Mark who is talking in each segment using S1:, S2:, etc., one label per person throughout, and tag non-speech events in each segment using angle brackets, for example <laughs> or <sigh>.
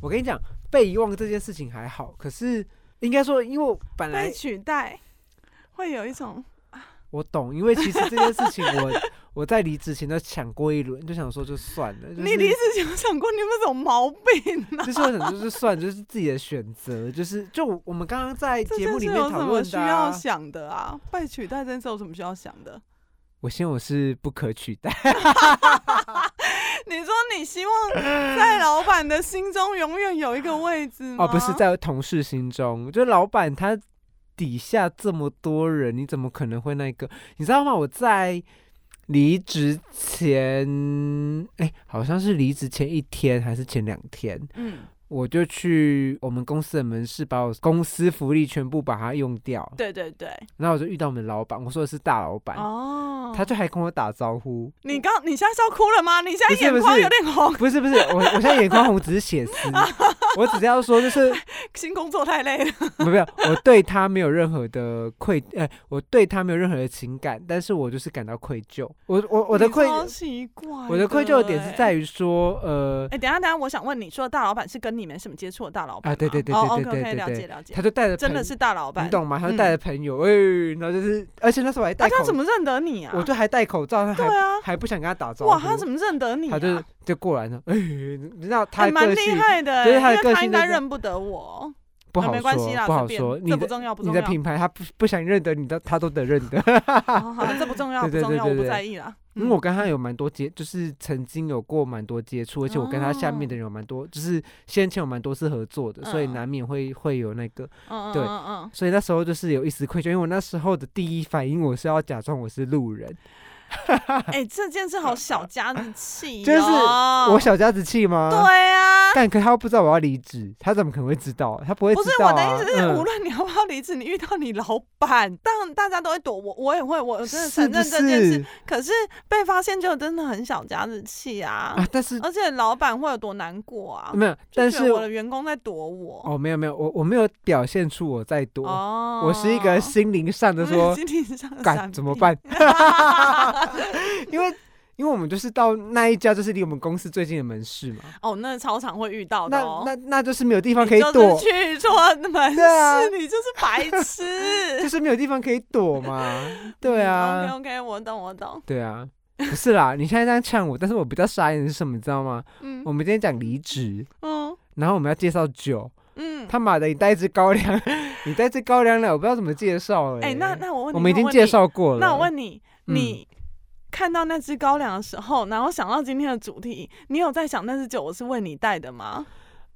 S1: 我跟你讲，被遗忘这件事情还好，可是应该说，因为我本来啊
S2: 被取代，会有一种
S1: 我懂，因为其实这件事情我 <laughs> 我在离职前都想过一轮，就想说就算了，就是、
S2: 你离职前有想过你有没有这种毛病啊？
S1: 就是我想就是算，就是自己的选择，就是就我我们刚刚在
S2: 这
S1: 节目
S2: 件
S1: 里
S2: 事
S1: 面
S2: 有
S1: 讨
S2: 什么
S1: 论
S2: 需
S1: 的、
S2: 要
S1: 啊。
S2: 想的啊？被取代这件事有什么需要想的？
S1: 我先我是不可取代，
S2: 你说你希望
S1: <laughs>
S2: 在老板的心中永远有一个位置吗？
S1: 哦，不是在同事心中，就老板他底下这么多人，你怎么可能会那个？你知道吗？我在离职前，哎、好像是离职前一天还是前两天，
S2: 嗯，
S1: 我就去我们公司的门市，把我公司福利全部把它用掉。
S2: 对对对，
S1: 然后我就遇到我们老板，我说的是大老板，
S2: 哦，
S1: 哎他就还跟我打招呼。
S2: 你刚你现在是要哭了吗？你现在
S1: 不是不
S2: 眼眶
S1: 是
S2: 有点红，
S1: 不是不是，我我现在眼眶红，只是写诗。我只是要说，就是
S2: 新工作太累了。
S1: 没有没有，我对他没有任何的愧，呃，我对他没有任何的情感，但是我就是感到愧疚。我我我的
S2: 你
S1: 愧，
S2: 超奇怪，
S1: 我的愧疚的
S2: 欸
S1: 点是在。于说，呃，
S2: 哎、等一下，等一下，我想问，你说的大老板是跟你没什么接触的大老板
S1: 啊对对对
S2: 哦
S1: 对
S2: OK
S1: 对对
S2: OK，了
S1: 对
S2: 解了解，
S1: 他就带着
S2: 真的
S1: 朋
S2: 是大老板
S1: 你。懂吗？他就
S2: 嗯
S1: 带着朋友，哎、然后就是，而且那时候我还
S2: 啊
S1: 戴口
S2: 他，怎么认得你啊？
S1: 我就还戴口罩，他
S2: 对
S1: 还
S2: 啊，
S1: 还不想跟他打招呼。
S2: 哇，他怎么认得你、
S1: 他
S2: 啊？
S1: 就就过来呢，哎、你知道他
S2: 还
S1: 的
S2: 蛮
S1: 个
S2: 厉
S1: 性
S2: 害的、
S1: 就是
S2: 因
S1: 他的
S2: 为
S1: 个
S2: 他
S1: 性
S2: 应该
S1: 就是
S2: 认不得我，
S1: 不
S2: 啊
S1: 好
S2: 没
S1: 说
S2: 关系，啦，
S1: 不好
S2: 随便
S1: 说。你
S2: 这不
S1: 的
S2: 重要，不
S1: 你
S2: 重
S1: 的 <laughs>
S2: 要。
S1: 品牌，他不不想认得你的，他都得认得。
S2: 好好，这不重要，
S1: 对
S2: 不
S1: 对
S2: 重
S1: 对
S2: 要，
S1: 对
S2: 我不
S1: 对
S2: 在意啦。
S1: 因为我
S2: 嗯
S1: 跟他有蛮多接，就是曾经有过蛮多接触，而且我跟他下面的人有蛮多，就是先前有蛮多次合作的，所以
S2: 哦嗯
S1: 难免会会有那个，
S2: 嗯嗯
S1: 对
S2: 嗯嗯，
S1: 所以那时候就是有一丝愧疚，因为我那时候的第一反应我是要假装我是路人，
S2: 哎、这件事好小家子气、
S1: <laughs>
S2: 哦，
S1: 就是我小家子气吗？
S2: 对啊，
S1: 但可他又不知道我要离职，他怎么可能会知道？他不会
S2: 不
S1: 知
S2: 是
S1: 道
S2: 我
S1: 啊。
S2: 的意思是，
S1: 嗯
S2: 无论你要不要离职，你遇到你老板，当大家都会躲我，我也会，我真的承认这件事。
S1: 是不是
S2: 可是被发现就真的很小家子气啊，
S1: 啊？但是
S2: 而且老板会有多难过啊？
S1: 没有，但
S2: 就觉
S1: 是
S2: 得我的员工在躲我
S1: 哦，没有没有，我我没有表现出我在多，
S2: 哦，
S1: 我是一个心灵上的说，
S2: 今天上的
S1: 干
S2: 闪
S1: 怎么
S2: 避？ <laughs>
S1: 办？ <laughs> 因为因为我们就是到那一家，就是离我们公司最近的门市嘛，
S2: 哦，那超常会遇到的
S1: 那
S2: 哦。
S1: 那那就是没有地方
S2: 你
S1: 可以
S2: 就是
S1: 躲，
S2: 去错门
S1: 对啊
S2: 市，你就是白痴
S1: 就。是没有地方可以躲
S2: <laughs>
S1: 嘛， <laughs> 对啊，
S2: OK OK，我懂我懂。
S1: 对啊，不是啦，你现在这样呛我，但是我比较傻眼的是什么，你知道吗？
S2: 嗯
S1: 我们今天讲离职，
S2: 嗯
S1: 然后我们要介绍酒，
S2: 嗯。
S1: 他妈的，你带一只高粱，你带一只高粱来，我不知道怎么介绍哎、
S2: 哎，那那我问你，
S1: 我们已
S2: 那
S1: 经
S2: 问
S1: 介
S2: 你
S1: 绍过了，
S2: 那我问你，
S1: 嗯
S2: 你看到那只高粱的时候，然后想到今天的主题，你有在想那支酒我是为你带的吗？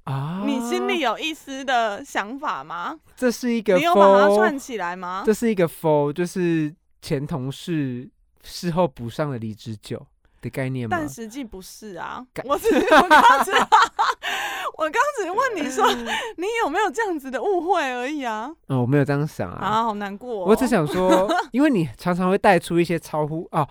S1: 啊，
S2: 你心里有一丝的想法吗？
S1: 这是一个
S2: 你有把它
S1: for-
S2: 串起来吗？
S1: 这是一个 for 就是前同事事后补上的离职酒的概念吗
S2: 但？实际不是啊
S1: 干，
S2: 我只是我刚只我刚只是问你说
S1: 嗯
S2: 你有没有这样子的误会而已啊
S1: 嗯，我没有这样想啊，
S2: 啊，好难过、哦。
S1: 我只想说，因为你常常会带出一些超乎啊。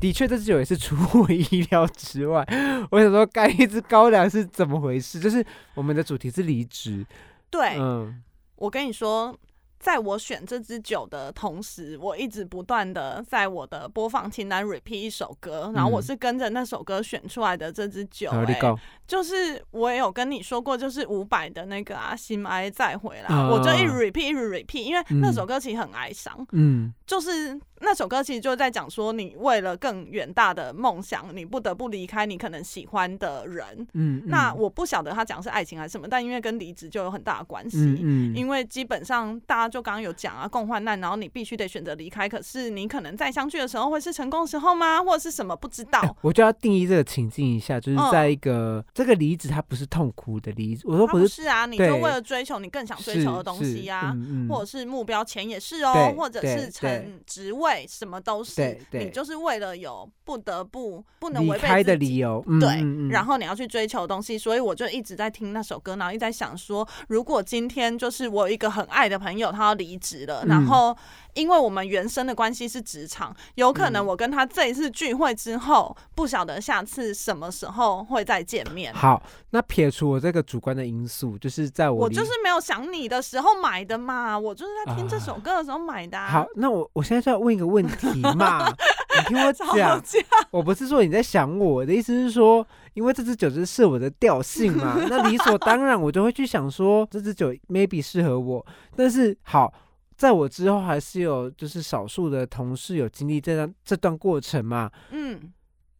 S1: 的确，这支酒也是出乎我意料之外。 <laughs> 我想说，该一支高粱是怎么回事？就是我们的主题是离职，
S2: 对，
S1: 嗯，
S2: 我跟你说，在我选这支酒的同时，我一直不断的在我的播放清单 repeat 一首歌，然后
S1: 嗯
S2: 我是跟着那首歌选出来的这支酒、
S1: 好，你
S2: 欸
S1: 告
S2: 就是我也有跟你说过，就是伍佰的那个啊，《心爱再回来》
S1: 啊
S2: 我就一直 repeat 一直 repeat，因为
S1: 嗯
S2: 那首歌其实很哀伤，
S1: 嗯，
S2: 就是那首歌其实就在讲说，你为了更远大的梦想，你不得不离开你可能喜欢的人。
S1: 嗯，
S2: 那
S1: 嗯
S2: 我不晓得他讲是爱情还是什么，但因为跟离职就有很大的关系。
S1: 嗯嗯，
S2: 因为基本上大家就刚刚有讲啊，共患难，然后你必须得选择离开。可是你可能再相聚的时候会是成功的时候吗？或者是什么？不知道。
S1: 哎我就要定义这个情境一下，就是
S2: 嗯
S1: 在一个、这个离职，它不是痛苦的离职，我说
S2: 它
S1: 不是
S2: 是啊，你就
S1: 对
S2: 为了追求你更想追求的东西啊呀、
S1: 嗯嗯
S2: 或者是目标，钱也是哦
S1: 对，
S2: 或者
S1: 对
S2: 是成职位，什么都是
S1: 对。对
S2: 你就是为了有不得不不能
S1: 离
S2: 违
S1: 开
S2: 背
S1: 的
S2: 自己
S1: 理由，
S2: 对
S1: 嗯嗯嗯、
S2: 然后你要去追求的东西，所以我就一直在听那首歌，然后一直在想说，如果今天就是我有一个很爱的朋友，他要离职了，
S1: 嗯
S2: 然后因为我们原生的关系是职场，有可
S1: 嗯
S2: 能我跟他这一次聚会之后，不晓得下次什么时候会再见面。
S1: 好，那撇除我这个主观的因素，就是在我
S2: 我
S1: 离
S2: 就是没有想你的时候买的嘛，我就是在听这首歌的时候买的、啊 <laughs>
S1: 好，那我我现在就要问一个问题嘛，你听我
S2: 吵
S1: 讲，
S2: 架，
S1: 我不是说你在想我，我的意思是说，因为这支酒就是是我的调性
S2: <laughs>
S1: 嘛，那理所当然我就会去想说这支酒 maybe 适合我，但是好。在我之后还是有，就是少数的同事有经历这段这段过程嘛？
S2: 嗯，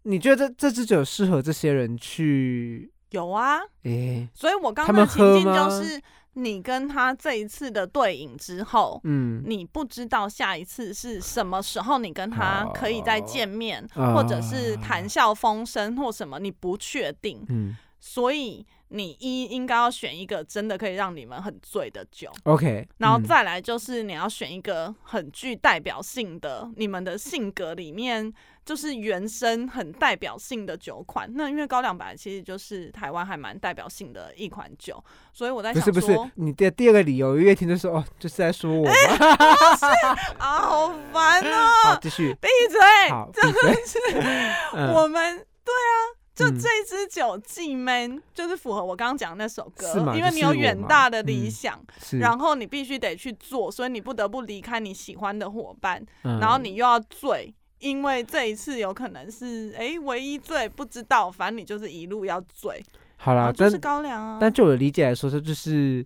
S1: 你觉得这这支酒适合这些人去？
S2: 有啊，
S1: 诶、
S2: 所以我刚
S1: 他
S2: 刚
S1: 们
S2: 的
S1: 喝
S2: 情境
S1: 吗
S2: 就是你跟他这一次的对饮之后。
S1: 嗯，
S2: 你不知道下一次是什么时候，你跟他可以再见面，
S1: 哦
S2: 或者是谈笑风生或什么，你不确定，
S1: 嗯
S2: 所以你一应该要选一个真的可以让你们很醉的酒，
S1: ，OK，
S2: 然后
S1: 嗯
S2: 再来就是你要选一个很具代表性的，你们的性格里面就是原生很代表性的酒款。那因为高粱白其实就是台湾还蛮代表性的一款酒，所以我在
S1: 不
S2: 想
S1: 是
S2: 说
S1: 不是，你的第二个理由越听就说
S2: <laughs>
S1: 哦，就是在说我嘛。
S2: 啊，好烦哦、
S1: 好，继续。
S2: 闭嘴！
S1: 好，闭嘴。
S2: <laughs>
S1: 嗯
S2: 我们对啊，就
S1: 嗯
S2: 这支酒既 man，就是符合我刚刚讲的那首歌
S1: 是吗，
S2: 因为
S1: 就
S2: 你
S1: 是
S2: 有
S1: 我
S2: 远
S1: 嘛
S2: 大的理
S1: 嗯
S2: 想，
S1: 是，
S2: 然后你必须得去做，所以你不得不离开你喜欢的伙伴，
S1: 嗯
S2: 然后你又要醉。因为这一次有可能是哎、唯一醉，不知道，反正你就是一路要醉，
S1: 好
S2: 然
S1: 啦
S2: 后，就
S1: 但
S2: 是高粱啊。
S1: 但就我的理解来说，这就是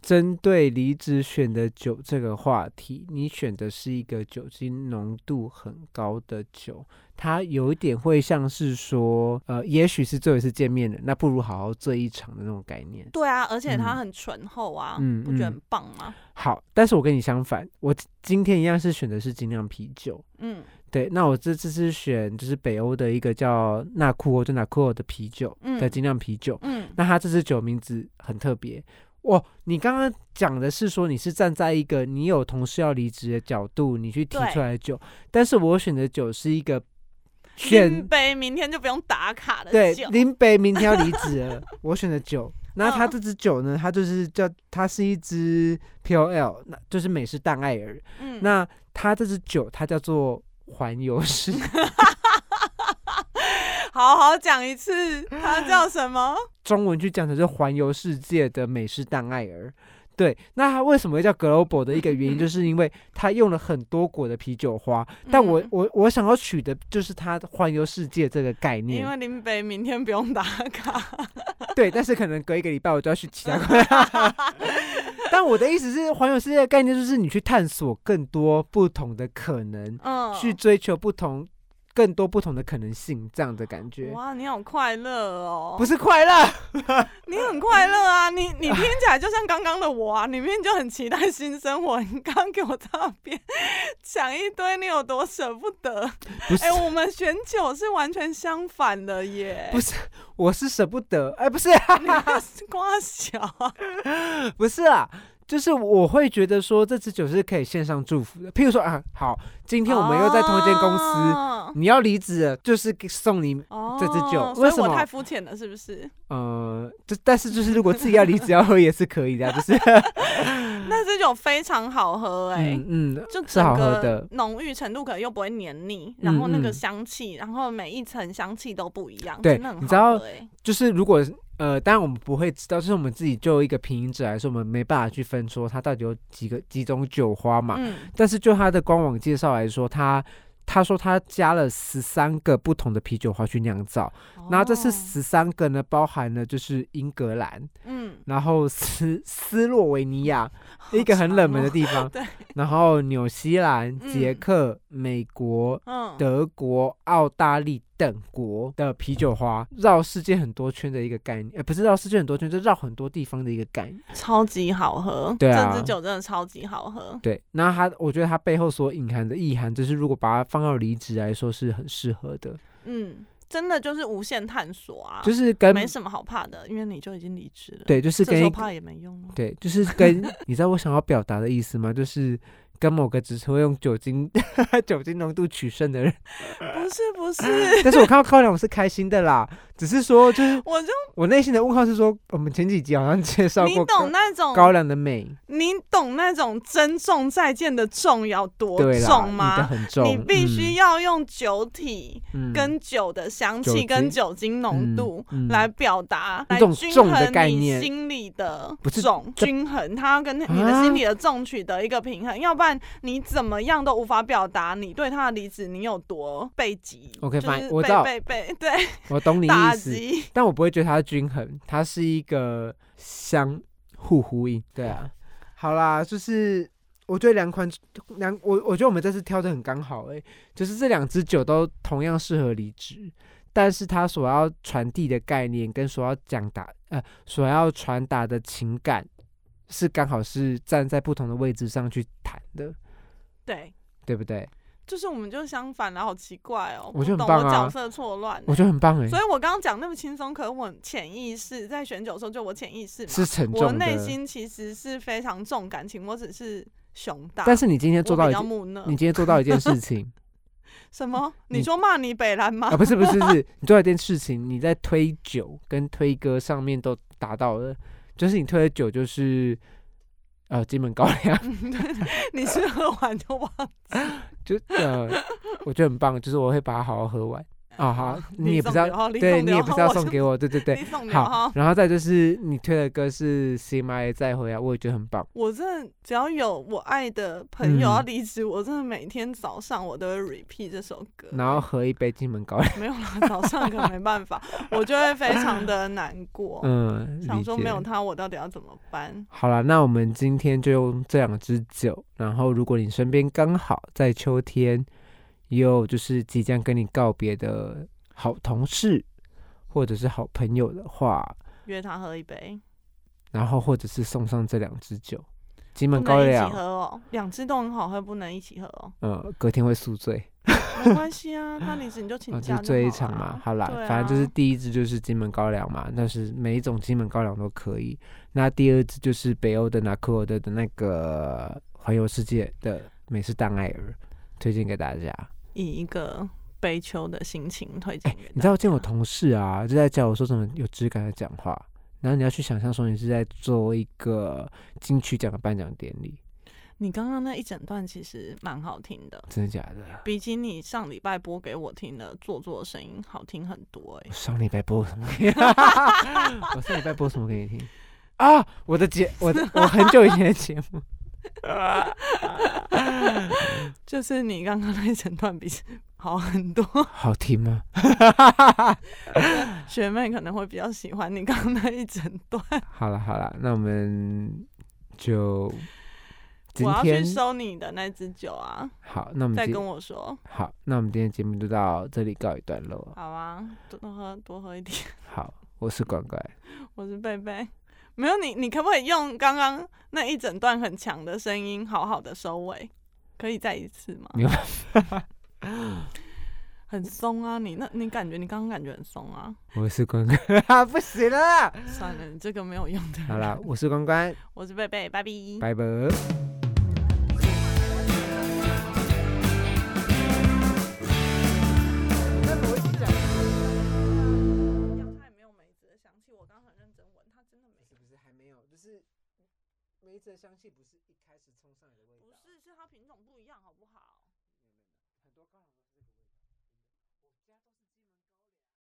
S1: 针对离职选的酒这个话题，你选的是一个酒精浓度很高的酒，它有一点会像是说，呃，也许是最后一次见面了，那不如好好醉一场的那种概念。
S2: 对啊，而且它
S1: 嗯
S2: 很醇厚啊，
S1: 嗯
S2: 不觉得
S1: 嗯
S2: 很棒吗？
S1: 好，但是我跟你相反，我今天一样是选的是精酿啤酒。
S2: 嗯
S1: 对，那我这次是选就是北欧的一个叫纳库欧，就纳库欧的啤酒
S2: 嗯
S1: 的精酿啤酒。
S2: 嗯，
S1: 那它这支酒名字很特别。哇，你刚刚讲的是说你是站在一个你有同事要离职的角度，你去提
S2: 对
S1: 出来的酒，但是我选的酒是一个
S2: 金
S1: 选
S2: 杯明天就不用打卡的
S1: 对
S2: 酒，
S1: 林北明天要离职了，我选的
S2: <laughs>
S1: 酒。那它
S2: 嗯
S1: 这支酒呢，它就是叫它是一支 POL，那就是美式淡艾尔。
S2: 嗯，
S1: 那它这支酒它叫做环游式。
S2: 好好讲一次，它
S1: <laughs>
S2: 叫什么？
S1: 中文去讲的是环游世界的美式淡爱儿。对，那它为什么会
S2: <laughs>
S1: 叫 global 的一个原因，就是因为它用了很多国的啤酒花。但我
S2: 嗯
S1: 我我想要取的就是它环游世界这个概
S2: 因
S1: 念。
S2: 为林北明天不用打卡，
S1: 对，但是可能隔一个礼拜我就要去其他国
S2: <laughs>
S1: 家。但我的意思是，环游世界的概念就是你去探索更多不同的可能，
S2: 嗯，
S1: 去追求不同更多不同的可能性，这样的感觉。
S2: 哇，你好快乐哦！
S1: 不是快乐，
S2: 你很快乐啊，你你听起来就像刚刚的我啊，你明明就很期待新生活，你刚给我在那边讲一堆，你有多舍不得？
S1: <laughs> 不是
S2: <laughs> 哎、我们选酒是完全相反的耶，
S1: 不是，我是舍不得，哎、不是，
S2: <laughs> 你是瓜小啊，
S1: 不是啊，就是我会觉得说这支酒是可以线上祝福的。譬如说啊，好，今天我们又在同一间公司，
S2: 哦
S1: 你要离职了，就是给送你
S2: 哦，
S1: 这支酒
S2: 所
S1: 为
S2: 以
S1: 什
S2: 我
S1: 么
S2: 太肤浅了，是不是？
S1: 呃，这但是就是如果自己要离职要喝也是可以的啊，
S2: <laughs>
S1: 就是
S2: 那支酒非常好喝哎、
S1: 嗯嗯，
S2: 就整
S1: 是好喝
S2: 个
S1: 的。
S2: 浓郁程度可能又不会黏腻，然后那
S1: 嗯
S2: 个
S1: 嗯
S2: 香气，然后每一层香气都不一样，
S1: 对
S2: 真的很
S1: 你知道
S2: 好喝欸
S1: 就是如果呃，当然我们不会知道，就是我们自己就一个品饮者来说，我们没办法去分说它到底有几个几种酒花嘛。
S2: 嗯，
S1: 但是就它的官网介绍来说，它他说他加了十三个不同的啤酒花去酿造。然后这是
S2: 哦
S1: 十三个呢，包含了就是英格兰，
S2: 嗯，
S1: 然后斯 <laughs> 斯洛维尼亚
S2: 好
S1: 一个很冷门
S2: 长
S1: 的
S2: 哦，
S1: 地方，
S2: <laughs> 对
S1: 然后纽西兰、捷
S2: 嗯
S1: 克、美国、
S2: 嗯，
S1: 德国、澳大利等国的啤酒
S2: 哦
S1: 花，绕世界很多圈的一个概念，呃，不是绕世界很多圈，就绕很多地方的一个概念。
S2: 超级好喝，
S1: 对啊
S2: 这支酒真的超级好喝，
S1: 对，那它我觉得它背后所隐含的意涵，就是如果把它放到离职来说是很适合的，
S2: 嗯，真的就是无限探索啊，
S1: 就是跟
S2: 没什么好怕的，因为你就已经离职了，，
S1: 对，就是
S2: 这
S1: 跟
S2: 时
S1: 一
S2: 候
S1: 个
S2: 怕也没用了，
S1: 对，就是跟 <laughs> 你知道我想要表达的意思吗？就是跟某个只是会用酒精 <laughs> 酒精浓度取胜的人。 <laughs>
S2: 不是不是，
S1: 但是我看到高粱我是开心的啦，只是说就是
S2: 我就
S1: 我内心的问号是说，我们前几集好像介绍
S2: 你
S1: 过高
S2: 懂那种
S1: 高粱的美，
S2: 你懂那种珍重再见的重要多
S1: 对啦，
S2: 重
S1: 你
S2: 吗
S1: 的？很重，
S2: 你必须要用酒体、
S1: 嗯、
S2: 跟酒的香
S1: 酒
S2: 气、
S1: 精
S2: 跟酒精浓度
S1: 嗯嗯
S2: 来表达，
S1: 那
S2: 来
S1: 种
S2: 均
S1: 重的概
S2: 衡你
S1: 念
S2: 心里的
S1: 不是
S2: 重，
S1: 这
S2: 均衡它要跟你
S1: 啊
S2: 的心理的重取得一个平衡，要不然但你怎么样都无法表达你对他的离职你有多被击
S1: OK，
S2: 就
S1: fine，
S2: 是
S1: 我知道
S2: 被被被对
S1: 我懂你
S2: 打
S1: 意思，
S2: 击，
S1: 但我不会觉得它均衡，它是一个相互呼应。对啊，好啦，就是我觉得两款两我我觉得我们这次挑的很刚好、欸，就是这两支酒都同样适合离职，但是它所要传递的概念跟所要讲达呃所要传达的情感是刚好是站在不同的位置上去谈的，
S2: 对，
S1: 对不对？
S2: 就是我们就相反了，好奇怪哦，
S1: 我觉得很
S2: 不懂
S1: 棒啊
S2: 我角色错乱欸、
S1: 我觉得很棒哎、
S2: 所以我刚刚讲那么轻松，可我潜意识在选酒的时候，就我潜意识嘛，
S1: 是沉重的，
S2: 我内心其实是非常重感情，我只是熊大，
S1: 但是你今天
S2: 啊我
S1: 做到
S2: 比
S1: 一
S2: 较
S1: 件，
S2: 木
S1: 你
S2: 讷。
S1: 今天做到一件事情。
S2: 什么？
S1: 嗯你
S2: 你说骂你北兰吗
S1: 啊，？不是不是不是，你做了一件事情，你在推酒跟推歌上面都达到了，就是你推的酒就是呃金门高粱，
S2: <laughs>
S1: <laughs>
S2: 你是喝完就忘？
S1: 就呃我觉得很棒，就是我会把它好好喝
S2: <laughs>
S1: 完。哦好，你也不
S2: 送
S1: 是要
S2: 给我，
S1: 对你也不是要送
S2: 我
S1: 给我，对对
S2: 就，
S1: 对
S2: 你，送 <laughs> 给
S1: 好
S2: 我哈。。
S1: 然后再就是你推的歌是《C My 再回来》，我也觉得很棒。
S2: 我真的只要有我爱的朋友
S1: 嗯
S2: 要离职，我真的每天早上我都会 repeat 这首歌。
S1: 然后喝一杯金门高粱，
S2: 没有啦，早上可能没办
S1: <laughs>
S2: 法，我就会非常的难过，
S1: 嗯，
S2: 哦想
S1: 理
S2: 说
S1: 解
S2: 没有他我到底要怎么办？
S1: 好了，那我们今天就用这两支酒。然后，如果你身边刚好在秋天，也有就是即将跟你告别的好同事或者是好朋友的话，
S2: 约他喝一杯，
S1: 然后或者是送上这两支酒，金
S2: 不
S1: 门高
S2: 能一起
S1: 粱
S2: 喝，哦，两只都很好喝，不能一起喝哦，
S1: 呃，隔天会宿醉，
S2: 没关系
S1: <laughs>
S2: 啊，他离职你就请
S1: 啊，
S2: 假
S1: 就
S2: 就
S1: 醉一
S2: 好
S1: 场
S2: 啦
S1: 嘛。好啦，
S2: 对啊
S1: 反正就是第一支就是金门高粱嘛，但是每一种金门高粱都可以。那第二支就是北欧的拿克尔的的那个环游世界的美式淡艾尔，推荐给大家。
S2: 以一个悲秋的心情推荐给大家、
S1: 哎你知道，我见我同事啊，就在教我说怎么有质感的讲话，然后你要去想象说你是在做一个金曲奖的颁奖典礼，
S2: 你刚刚那一整段其实蛮好听的，
S1: 真的假
S2: <laughs>
S1: 的？
S2: 比起你上礼拜播给我听的做作的声音好听很多哎、
S1: 我上礼拜播什么给你？ <laughs> 我上礼拜播什么给你听？啊，我的节，我的我很久以前的节目，
S2: 就是你刚刚那一整段比好很多，
S1: 好听吗？
S2: 学妹可能会比较喜欢你刚刚那一整段。
S1: 好了好了，那我们就今
S2: 我要去
S1: 天
S2: 收你的那支酒啊，
S1: 好，那我们
S2: 再跟
S1: 今
S2: 我说。
S1: 好，那我们今天节目就到这里告一段落。
S2: 好啊，多多喝多喝一点。
S1: 好，我是管管。
S2: 我是贝贝，没有你，你可不可以用刚刚那一整段很强的声音，好好的收尾？可以再一次吗？
S1: 没有
S2: <laughs> 很松啊，你那你感觉你刚刚感觉很松啊。
S1: 我是关关， <laughs> 不行了。
S2: 算了，你这个没有用的。
S1: 好啦，，我是关关，
S2: 我是贝贝，拜拜。
S1: 拜拜。
S2: 讲他也没有梅子的香气，我刚刚很认真闻，它真的没有。
S1: 是不是还没有？就是梅子的香气不是一开始冲上来的味
S2: 不
S1: 道，
S2: 是，是它品种不一样，好不好？
S1: 很多高粱都是。